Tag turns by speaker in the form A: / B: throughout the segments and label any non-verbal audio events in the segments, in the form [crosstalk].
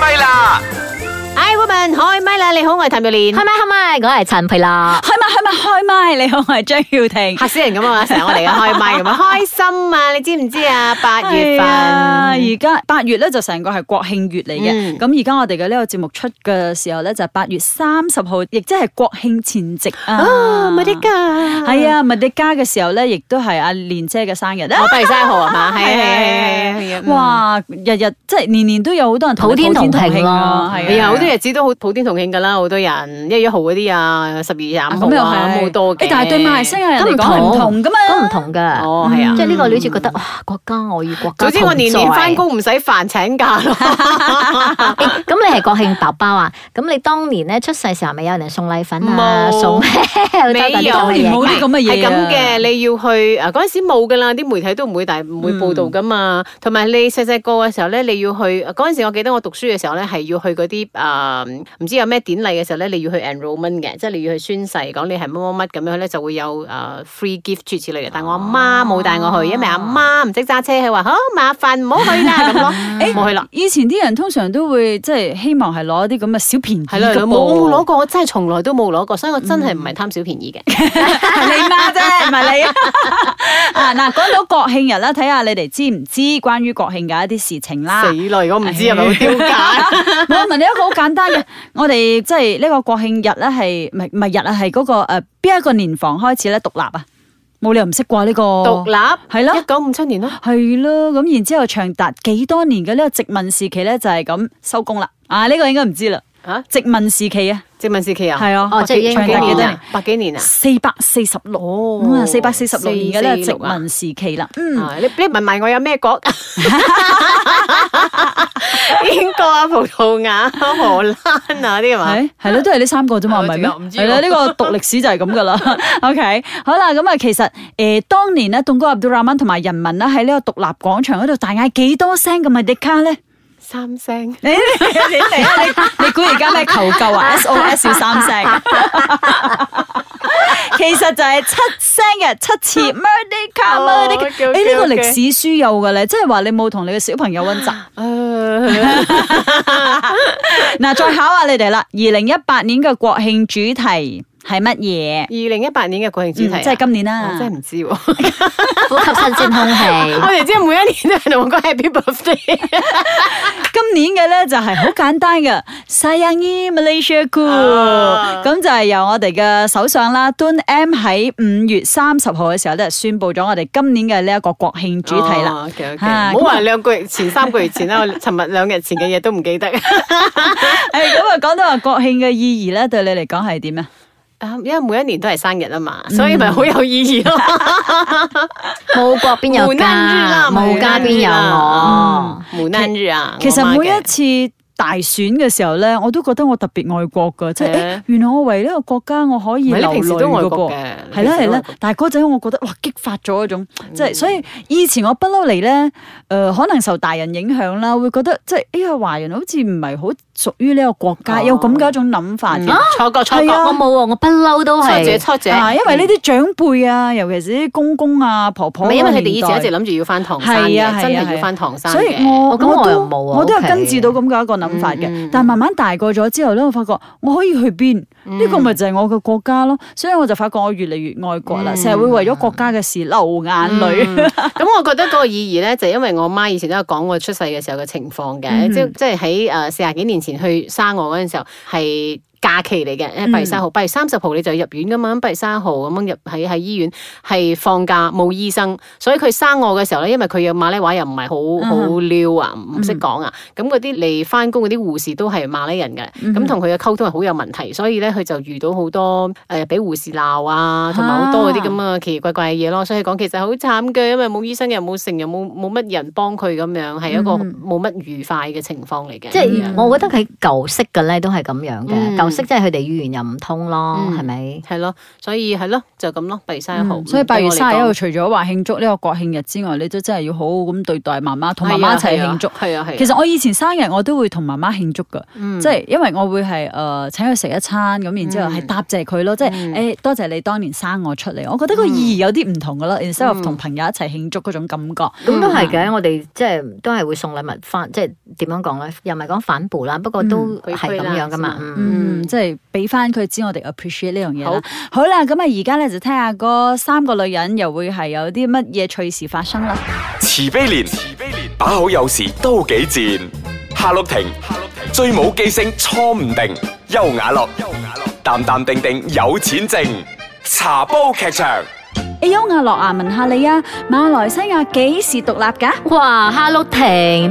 A: 咪啦！
B: I woman 開唛啦！你好，我係譚玉
C: 開
B: 蓮，
C: 咪
B: [laughs]
C: 開咪，我係陳皮啦。
B: 啊
D: 開咪開咪開咪，你好，我係張耀廷。
B: 嚇死人咁啊嘛！成日我 [laughs] 哋嘅開唛咁啊，開心啊！你知唔知啊？八月
D: 係啊
B: 份。
D: 而家八月咧就成個係國慶月嚟
B: 嗯
D: 嘅。咁而家我哋嘅呢個節目出嘅時候咧，就係八月三十號，亦即係國慶前夕啊。
B: 啊，咪得噶，
D: 係，啊，麥迪加嘅時候咧，亦都係阿蓮姐嘅生日啊。
B: 我八月三十號係哦 [laughs] 嘛，係啊係啊係啊係啊，嗯！
D: 哇！日日即係年年都有好多人同你
C: 普天同慶咯
D: 係啊
B: 哎呀，好多日子都好普天同慶㗎啦，好多人一月一號嗰啲啊，十二月廿
D: 啊
B: 五
D: 咁
B: 號
D: 又
B: 啊，咁
D: 係
B: 好多嘅。
D: 誒但係對馬來西亞人嚟講係唔同噶嘛。
C: 咁唔同噶。
B: 哦，係啊
C: 即。係呢個女似覺得哇，國家我與國
B: 總
C: 家
B: 之我年年
C: 同在
B: 翻。工唔使煩請假咯。
C: 誒咁你係國慶爸爸啊？咁你當年咧出世時候，咪有人送禮粉啊，
B: 冇 [laughs]
C: 送好多
B: 未
C: 嗰啲
B: 有
C: 咁嘅
B: [laughs]
C: 嘢
D: 冇啲咁嘅嘢
B: 係
D: 啊
B: 咁嘅，你要去啊嗰陣時冇噶啦，啲媒體都唔會大唔會報導噶嘛。同埋你細細個嘅時候咧，你要去嗰陣時，我記得我讀書嘅時候咧，係要去嗰啲啊唔知有咩典禮嘅時候咧，你要去 enrollment 嘅，即係你要去宣誓講你係乜乜乜咁樣咧，就會有啊 À, free gift 諸如此類嘅。但我阿媽冇帶我去，因為阿媽唔識揸車，佢話好麻煩，唔好去啦咁咯，冇去啦。
D: 以前啲人通常都會即係希望係攞啲咁嘅小便宜
B: 係啦，
D: 㗎
B: 冇我冇攞
D: 噃
B: 過，我真係從來都冇攞過，所以我真係唔係貪小便宜嘅。
D: 係你媽 [laughs] 啫，唔係你啊！啊嗱，講到國慶日啦，睇下你哋知唔知關於國慶嘅一啲事情啦。
B: 死啦！如果唔知係咪好丟架？
D: [laughs] 我問你一個好簡單嘅，我哋即係呢個國慶日咧係唔係唔係日啊？係嗰個誒邊一個年房開始咧獨立啊？冇理由唔識啩呢個
B: 獨立
D: 係咯
B: 一九五七年咯。
D: 係咯，咁然之後長達幾多年嘅呢個殖民時期咧，就係咁收工啦。啊，呢個應該唔知啦。
B: 嚇
D: 殖民時期啊，
B: 殖民時期啊，
D: 係啊，
C: 哦即係英
B: 百
C: 國
B: 幾年
C: 啊
D: 長達幾多
B: 啊
D: 年？，
B: 百幾年啊。
D: 四百四十六，
B: 哦
D: 咁啊，四百四十六年嘅呢個
B: 446啊
D: 殖民時期啦。嗯，
B: 啊你你問埋我有咩 [laughs] 國？英國啊、葡萄牙、荷蘭啊啲係嘛？
D: 係係咯，都係呢三個啫嘛，唔係咩？
B: 我唔知喎
D: 係啦，呢個讀歷史就係咁噶啦。OK，好 [laughs] 啦，咁啊，其實誒當年咧，棟哥入到 r a m 同埋人民啦，喺呢個獨立廣場嗰度大嗌幾多聲嘅咪迪卡咧？
B: 三聲。
D: 你你你嚟啊！你你估而家咩求救啊？SOS 要三聲， [laughs] 其實就係七聲嘅七次 Merdeka
B: 哦
D: Merdeka。誒
B: OK，OK，OK
D: 呢個歷史書有嘅咧，即係話你冇同你嘅小朋友温習。
B: Ờ.
D: [laughs] 嗱，再考下你哋啦，二零一八年嘅國慶主題係乜嘢？
B: 二零一八年嘅國慶主題啊，
D: 嗯即係今年啦
B: 我真係唔知喎。
C: 呼吸新鮮空氣
B: 我。哋知每一年都係同我講 Happy Birthday。
D: 今年嘅咧就係好簡單嘅 Sayangi Malaysia Cool，
B: 啊
D: 咁就係由我哋嘅首相啦，Tun M 喺五月三十號嘅時候咧宣布咗我哋今年嘅呢一個國慶主題啦。
B: 哦，OK，OK
D: 啊
B: 唔好話
D: 咁啊
B: 兩個月前、三個月前啦，我尋日兩日前嘅嘢都唔記得。
D: [laughs] 誒咁啊，講到話國慶嘅意義咧，對你嚟講係點啊？
B: 啊因為每一年都係生日啊嘛，
D: 嗯
B: 所以咪好有意
D: [laughs]
B: 義咯。
C: 冇國邊有
B: [laughs] 無難日
C: 家
B: 啦，嗯
C: 冇家邊有我。
B: 牡丹日啊，
D: 哦其實
B: 我媽
D: 每
B: 嘅
D: 一次大選嘅時候咧，我都覺得我特別愛國噶，即係
B: 係
D: 誒原來我為呢個國家我可以
B: 唔係
D: 流
B: 你平時
D: 淚
B: 都愛
D: 嘅
B: 國嘅
D: 噃。
B: 你
D: 係啦
B: 平時
D: 係
B: 都愛
D: 啦
B: 國，
D: 但係嗰陣我覺得哇激發咗一種，嗯即係所以以前我不嬲嚟咧，誒、可能受大人影響啦，會覺得即係哎呀華人好似唔係好屬於呢個國家，
B: 哦嗯
D: 有咁嘅一種諗法嘅。
B: 錯過錯
D: 係啊
B: 過，
C: 我冇喎，我不嬲都
B: 錯者
C: 係。
B: 錯者，
D: 啊，因為呢啲長輩啊，尤其是啲公公啊、婆
B: 唔
D: 婆
B: 係
D: 嗰個
B: 因
D: 年
B: 為
D: 代，
B: 佢哋以前一直諗住要翻唐山
D: 係啊係
B: 嘅，
D: 啊
B: 真係
D: 係
B: 要
D: 啊
B: 翻唐山嘅
D: 所以我
C: 哦咁
D: 我
C: 我
D: 都
C: 又冇啊
D: 我都有
C: OK
D: 根治到咁嘅一個諗法嘅。
B: 嗯嗯嗯
D: 但係慢慢大個咗之後咧，我發覺我可以去邊，呢、個咪就係我嘅國家咯。所以我就發覺我越嚟越愛國啦，成日、會為咗國家嘅事流眼
B: [laughs]
D: 淚。
B: 咁我覺得嗰個意義咧，就係因為我媽以前都有講過出世嘅時候嘅情況嘅，即即係喺誒四廿幾年前去生我嗰陣時候係。假期嚟嘅，誒八月三號，八月三十號你就入院噶嘛，咁八月三號咁樣入喺喺醫院係放假冇醫生，所以佢生我嘅時候咧，因為佢嘅馬來話又唔係好好溜啊，唔識講啊，咁嗰啲嚟翻工嗰啲護士都係馬來人嘅，咁同佢嘅溝通係好有問題，所以咧佢就遇到好多誒俾護士鬧啊，同埋好多嗰啲咁咁啊，奇奇怪怪嘅嘢咯，所以講其實好慘嘅，因為冇醫生又冇成，又冇冇乜人幫佢咁樣，係一個冇乜愉快嘅情況嚟嘅。
C: 即係我覺得佢舊式嘅咧都係咁樣嘅，
B: 嗯
C: 舊式，即係佢哋語言又唔通咯，
B: 嗯
C: 係咪？
B: 係咯，所以係咯，就咁咯，八月三十一號。
C: 嗯
D: 所以八月三十一
B: 對我
D: 號
B: 嚟
D: 除咗話慶祝呢個國慶日之外，你都真係要好好咁對待媽媽，同
B: 講
D: 媽媽一齊慶祝。
B: 係啊係啊。
D: 其實我以前生日我都會同媽媽慶祝噶，
B: 嗯
D: 即係因為我會係誒、呃、請佢食一餐咁，然之後係答謝佢咯，即係
B: 嗯
D: 誒、多謝你當年生我出嚟，我覺得個意義有啲唔同噶咯，instead of 同朋友一齊慶祝嗰種感覺。
C: 咁都係嘅，我哋即係都係會送禮物翻，即係點樣講咧？又唔係講反叛啦，不過都
B: 嗯
C: 係咁樣噶嘛。
B: 嗯
C: 嗯
D: 嗯，即係俾翻佢知我哋 appreciate 呢樣嘢啦。好啦，咁啊而家咧就聽下嗰三個女人又會係有啲乜嘢趣事發生啦。
A: 慈悲蓮，慈悲蓮，把好有時都幾賤。夏綠庭，夏綠庭，最冇記性錯唔定。優雅樂，優雅樂，淡淡定定有錢剩。茶煲劇場，
D: 哎優雅樂啊，問下你啊，馬來西亞幾時獨立㗎？
C: 哇！哈碌婷，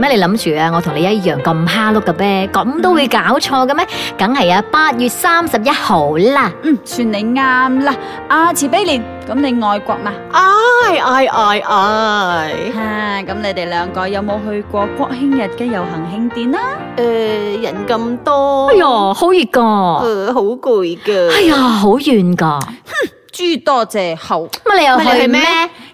C: 咩你諗住啊？我同你一樣咁哈碌嘅咩？咁都會搞錯嘅咩？梗係啊！八月三十一號啦，
D: 嗯，算你啱啦。阿慈悲蓮，咁你愛國嘛？
B: 唉唉唉唉，
D: 啊，咁你哋兩個有冇去過國慶日嘅遊行慶典啊？
B: 誒人咁多，
C: 哎呀，好熱噶，
B: 誒好攰㗎。
C: 哎呀，好遠噶，
D: 諸多謝後，
C: 乜你又
B: 乜你
C: 去
B: 去咩
C: 咩？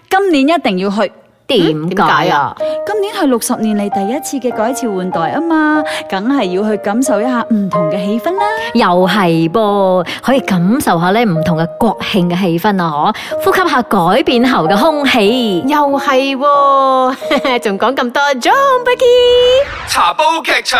D: 今年一定要去。
C: 點
B: 點解
C: 解
B: 啊
C: 啊？
D: 今年係六十年嚟第一次嘅改朝換代啊嘛，梗係要去感受一下唔同嘅氣氛啦。
C: 又係噃，可以感受下咧唔同嘅國慶嘅氣氛啊！嗬，呼吸下改變後嘅空氣。
B: 又係喎， [laughs] 仲講咁多，John Becky。
A: 茶煲劇場。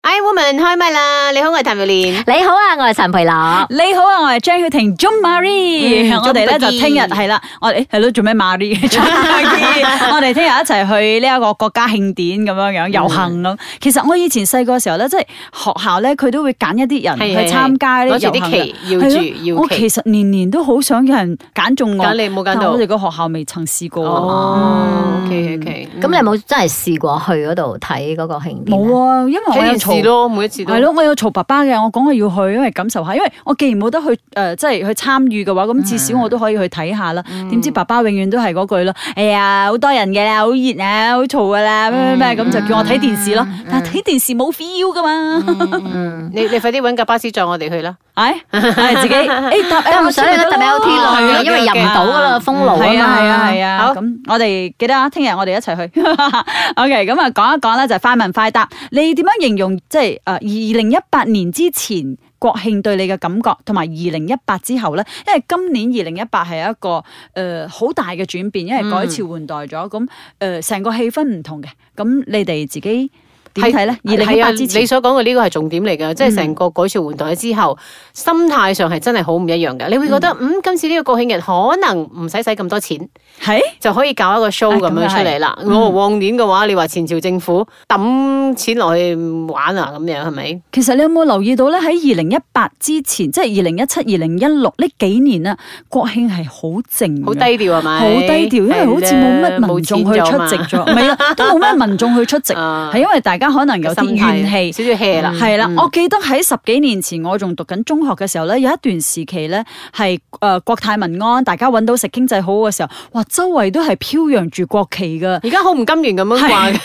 B: I woman 開麥啦！你好，我係譚妙蓮。
C: 你好啊，我係陳培樂。
D: 你好啊，我係張曉婷 j o Marie，、
B: 嗯
D: 我哋咧
B: John
D: 就
B: Marie
D: 聽日係啦，我哋係咯做
B: [laughs]
D: 咩 Marie？John Marie [laughs] 我哋聽日一齊去呢一個國家慶典咁樣
B: 嗯
D: 樣遊行咁。其實我以前細個時候咧，即係學校咧，佢都會揀一啲人
B: 係
D: 去參加呢
B: 攞
D: 啲遊
B: 住
D: 行
B: 啲
D: 嘅
B: 旗，要
D: 係咯
B: 住要
D: 我其
B: 旗。
D: 實年年都好想有人揀中我，
B: 揀你冇揀到
D: 但我哋個學校未曾試過。啊
B: 哦，OK OK，
C: 咁你
D: 嗯
C: 有冇真係試過去嗰度睇嗰個慶典？
D: 冇啊，因為我有
B: 一件
D: 嘈
B: 事咯，每一次都
D: 係咯，我有嘈爸爸嘅，我講我要去，因為感受下，因為我既然冇得去誒、呃即係去參與嘅話，咁至少我都可以去睇下啦。點、知爸爸永遠都係嗰句咯，哎呀，好多人嘅啦，好熱啊，好嘈噶啦，咩咩咩，咁就叫我睇電視咯。但係睇電視冇 feel 噶嘛，
C: 嗯，
B: 你你快啲揾架巴士載我哋去啦。 [laughs]
D: 唉，係自己誒搭
C: 但唔想你得特別有 T
B: 咯
C: 路
B: 係啊
C: 啊，因為入唔到噶啦，封路啊嘛。
D: 係啊係啊係啊！
B: 好
D: 咁我哋記得啊，聽日我哋一齊去。OK，咁啊講一講咧就係快問快答，你點樣形容即係誒二零一八年之前國慶對你嘅感覺，同埋二零一八之後咧？因為今年二零一八係一個誒好、大嘅轉變，因為改朝換代咗，咁誒成個氣氛唔同嘅。咁你哋自己點睇咧？二零
B: 係
D: 一
B: 啊
D: 八之
B: 你
D: 前，嗯
B: 所講嘅呢個係重點嚟㗎，即係成個改朝換代之後，心態上係真係好唔一樣嘅。你會覺得嗯，今次呢個國慶日可能唔使使咁多錢。
D: 係
B: 就可以搞一個 show
D: 啊
B: 咁樣出嚟啦。我往年嘅話，你話前朝政府抌錢落去玩啊，咁樣係咪？
D: 其實你有冇留意到咧？喺二零一八之前，即係二零一七、二零一六呢幾年啊，國慶係好靜嘅，
B: 好低調係咪？
D: 嗯好低調，因為好似
B: 係
D: 冇
B: 啦
D: 乜民眾去出席。咗，唔係啊，都冇咩民眾去出席，
B: 啊
D: 係因為大家可能有啲怨氣。
B: 少少 hea 啦。
D: 係啦，我記得喺十幾年前，我仲讀緊中學嘅時候咧，有一段時期咧係誒國泰民安，大家揾到食經濟好嘅時候，哇，周圍都係飄揚住國旗㗎。
B: 而家好唔甘願咁樣 [laughs] 掛，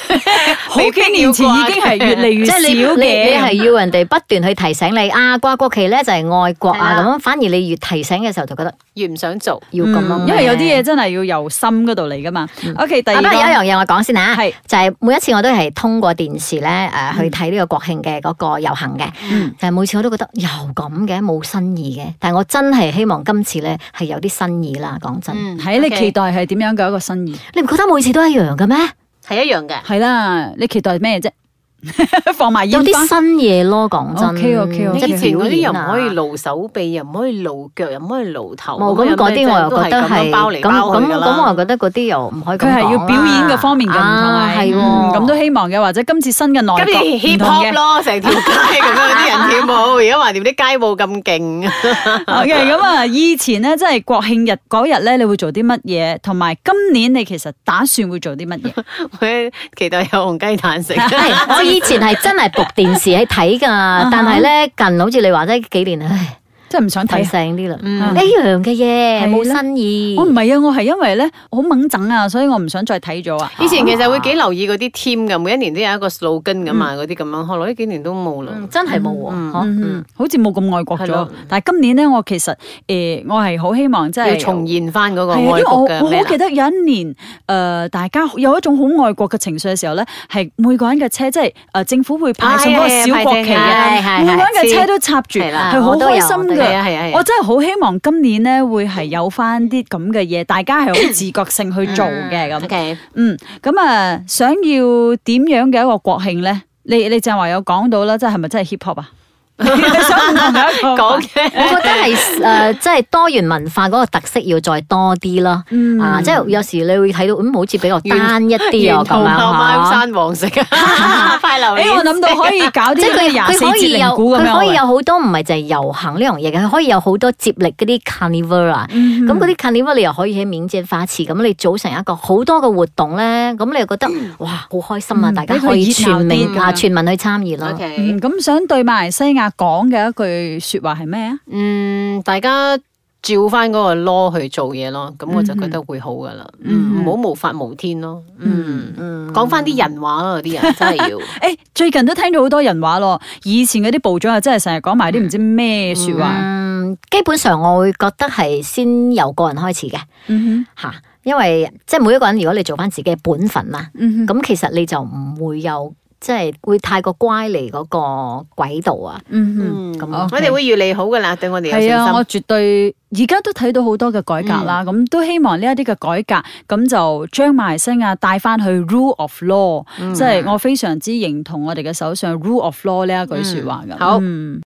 D: 好幾年前已經係越嚟越
C: 啊即
D: 少
C: 係你
D: 嘅。
C: 你你係要人哋不斷去提醒你啊，掛國旗咧就係愛國
B: 係
C: 啊
B: 啦
C: 咁，反而你越提醒嘅時候就覺得
B: [laughs] 越唔想做。
C: 要咁樣
D: 嗯
C: 咩，
D: 因為有啲嘢真係要由心嗰度嚟㗎嘛。OK，第
C: 啊
D: 二
C: 不過有一
D: 個
C: 樣嘢我講先啊，
D: 係
C: 就係每一次我都係通過電視咧誒、呃去睇呢個國慶嘅嗰個遊行嘅，
D: 嗯
C: 就係每次我都覺得又咁嘅冇新意嘅，但係我真係希望今次咧係有啲新意啦。講真，
D: 喺你期
B: 待
D: 待係點樣嘅一個新意？
C: 你唔覺得每次都一樣嘅咩？
B: 係一樣嘅。
D: 係啦，你期待咩啫？ [laughs] 放埋
C: 有
D: 煙花
C: 啲。新嘢咯，講真。
D: OK，OK，OK
C: 即
B: 以
C: 係
B: 前嗰
C: 表
B: 啲又
C: 演
B: 唔
C: 啊
B: 可以露手臂，又唔可以露腳，又唔可以露頭。
C: 冇咁嗰啲，我又覺得係
B: 係包嚟
C: 咁
B: 包去
C: 咁
B: 㗎啦
C: 咁，我又覺得嗰啲又唔可以咁
D: 佢係要
C: 講啦
D: 表演嘅方面嘅唔同
C: 啊係喎
D: 嗯咁
C: [laughs]
D: 都希望嘅，或者今次新嘅
B: 跟
D: 內
B: 住
D: 閣唔
B: hip
D: 同
B: hop
D: 嘅。
B: 咯，成條街咁樣啲人跳舞，而家橫掂啲街舞咁勁。[laughs]
D: [laughs] OK，咁啊，以前咧即係國慶日嗰日咧，你會做啲乜嘢？同埋今年你其實打算會做啲乜
C: [laughs]
D: 嘢？
B: 我期待有紅雞蛋食。
C: 哎係，我
D: 啊
C: 以前係真係伏電視去睇㗎，但係咧近好似你話齋幾年，唉，
D: 真係唔想
C: 提
D: 睇。
C: 醒啲啦，
B: [laughs] 嗯
C: 一樣嘅嘢，
D: 係
C: 冇
D: 啦
C: 新意
D: 我。唔係啊，我係因為咧好掹整啊，所以我唔想再睇咗啊。
B: 以前其實會幾留意嗰啲 team 嘅，每一年都有一個 slogan 噶嘛，嗰啲咁樣。後來呢幾年都冇啦。
C: 嗯真係冇喎，
B: 嗯
C: 嚇
D: 嗯，好似冇咁愛國
B: 係咯
D: 咗。但係今年咧，我其實誒、我係好希望即係
B: 要重現翻嗰個
D: 係啊，
B: 愛
D: 因為我
B: 國
D: 我
B: 嘅咩
D: 好
B: 啦
D: 記得有一年，誒、大家有一種好愛國嘅情緒嘅時候咧，係每個人嘅車，即係誒、政府會派送嗰個小國旗啊，
C: 係係
D: 每個人
C: 係，
D: 嘅車都插住，
B: 係啦
D: 係好
C: 我都有
D: 開心
C: 我都有
B: 係
D: 嘅。
B: 啊係啊係
D: 我
B: 啊。
D: 真係好希望今年咧會係有翻啲咁嘅嘢，大家係好自覺性去做嘅咁。 [laughs]
B: OK，
D: 嗯，咁啊，想要點樣嘅一個國慶咧？你你正話有講到啦，即係係咪真係 hip
C: [laughs]
D: hop 啊？你想唔同嘅一個
B: 講嘅
C: [laughs] 我覺得係誒，呃即係多元文化嗰個特色要再多啲咯。
D: 嗯
C: 啊，即係有時你會睇到，嗯，好似比較單一 [laughs] 啲啊
B: 沿途
C: 咁
B: 貓
C: 樣嚇。
B: 山
D: [laughs]
B: 王食啊， [laughs] 快流
D: 誒，我諗
B: [laughs]
D: 到可以搞啲
C: 即係佢
D: 廿
C: 佢
D: 四
C: 可以
D: 節
C: 有
D: 靈鼓咁
C: 佢
D: 樣
C: 可以
D: 喎
C: 有好多唔係就係遊行呢樣嘢嘅，佢可以有好多接力嗰啲 carnival 啊。
D: 嗯
C: 咁嗰啲 carnival 你又可以喺緬甸花池，咁你組成一個好多嘅活動咧，咁你又覺得哇好開心啊！
D: 嗯
C: 大家可以全
D: 比較
C: 民
D: 熱鬧啲咁樣
C: 啊全民去參與咯。
B: OK，
D: 嗯，咁想對馬來西亞講嘅一句说話係咩啊？
B: 嗯，大家。照翻嗰個 law 去做嘢咯，咁我就覺得會好噶啦，
D: 嗯
B: 嗯唔好無法無天咯，嗯嗯，講翻啲人話咯，啲人真係
D: [laughs]
B: 要。
D: 诶，最近都聽到好多人話咯，以前嗰啲部長啊，真係成日講埋啲唔知咩说話。
C: 嗯，基本上我會覺得係先由個人開始嘅
D: 嗯
C: 吓，因為即係每一個人，如果你做翻自己嘅本分啦，
D: 哼，嗯
C: 咁其實你就唔會有即係會太過乖離嗰個軌道啊。
D: 嗯哼。
B: 嗯，
C: 咁
B: 我哋會越嚟好噶啦，對我哋有信
D: 係啊，我
B: 心。嗯
D: 絕對而家都睇到好多嘅改革啦，咁、都希望呢一啲嘅改革，咁就將馬來西亞帶翻去 rule of
B: 嗯
D: law，、即係我非常之認同我哋嘅首相 rule of law 呢一句説話咁、
B: 嗯好
D: 嗯